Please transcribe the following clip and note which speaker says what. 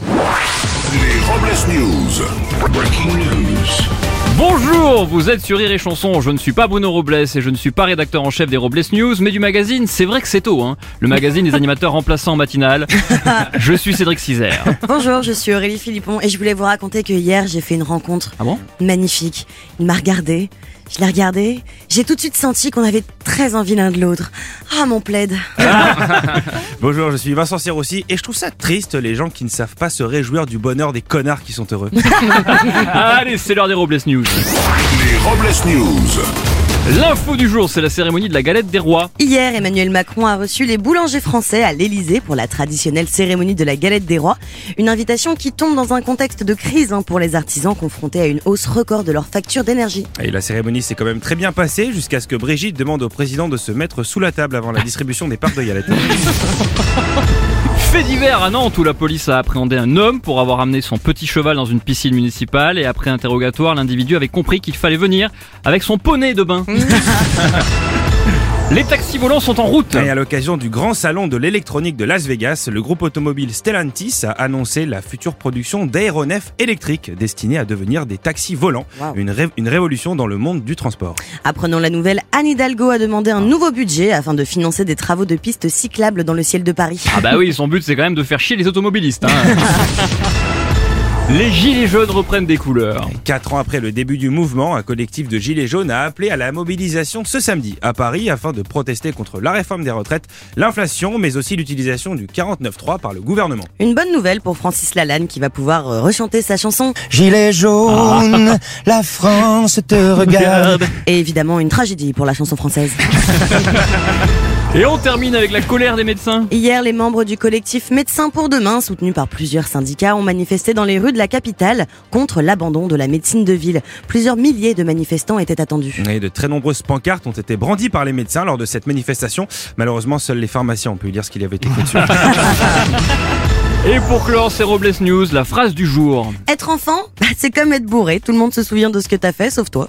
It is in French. Speaker 1: Les Robles News. Breaking news.
Speaker 2: Bonjour, vous êtes sur Rire et Chanson. Je ne suis pas Bruno Robles et je ne suis pas rédacteur en chef des Robles News, mais du magazine. C'est vrai que c'est tôt, hein. Le magazine des animateurs remplaçants matinal. Je suis Cédric Cizer.
Speaker 3: Bonjour, je suis Aurélie Philippon et je voulais vous raconter que hier j'ai fait une rencontre
Speaker 2: Ah bon
Speaker 3: magnifique. Il m'a regardé, je l'ai regardé, j'ai tout de suite senti qu'on avait très envie l'un de l'autre. Ah mon plaid
Speaker 4: Bonjour, je suis Vincent Serroussi et je trouve ça triste les gens qui ne savent pas se réjouir du bonheur des connards qui sont heureux.
Speaker 2: Allez, c'est l'heure des Robles News.
Speaker 1: Les Robles News.
Speaker 2: L'info du jour, c'est la cérémonie de la galette des rois.
Speaker 3: Hier, Emmanuel Macron a reçu les boulangers français à l'Elysée pour la traditionnelle cérémonie de la galette des rois. Une invitation qui tombe dans un contexte de crise hein, pour les artisans confrontés à une hausse record de leurs factures d'énergie.
Speaker 4: Et la cérémonie s'est quand même très bien passée jusqu'à ce que Brigitte demande au président de se mettre sous la table avant la distribution des parts de galettes.
Speaker 2: Fait divers à Nantes où la police a appréhendé un homme pour avoir amené son petit cheval dans une piscine municipale et après interrogatoire, l'individu avait compris qu'il fallait venir avec son poney de bain. Les taxis volants sont en route.
Speaker 4: Et à l'occasion du grand salon de l'électronique de Las Vegas, le groupe automobile Stellantis a annoncé la future production d'aéronefs électriques destinés à devenir des taxis volants,
Speaker 3: Wow.
Speaker 4: une, ré- une révolution dans le monde du transport.
Speaker 3: Apprenant la nouvelle, Anne Hidalgo a demandé un nouveau budget afin de financer des travaux de pistes cyclables dans le ciel de Paris.
Speaker 2: Ah bah oui, son but c'est quand même de faire chier les automobilistes. hein. les gilets jaunes reprennent des couleurs.
Speaker 4: Quatre ans après le début du mouvement, un collectif de Gilets jaunes a appelé à la mobilisation ce samedi à Paris afin de protester contre la réforme des retraites, l'inflation, mais aussi l'utilisation du 49.3 par le gouvernement.
Speaker 3: Une bonne nouvelle pour Francis Lalanne qui va pouvoir euh, rechanter sa chanson.
Speaker 5: Gilet jaune, la France te regarde.
Speaker 3: Et évidemment une tragédie pour la chanson française.
Speaker 2: Et on termine avec la colère des médecins.
Speaker 3: Hier, les membres du collectif Médecins pour demain, soutenus par plusieurs syndicats, ont manifesté dans les rues de la capitale contre l'abandon de la médecine de ville. Plusieurs milliers de manifestants étaient attendus.
Speaker 4: Et de très nombreuses pancartes ont été brandies par les médecins lors de cette manifestation. Malheureusement, seuls les pharmaciens ont pu lire ce qu'il y avait écrit dessus.
Speaker 2: Et pour clore ces Robles News, la phrase du jour.
Speaker 3: Être enfant, bah, c'est comme être bourré. Tout le monde se souvient de ce que t'as fait, sauf toi.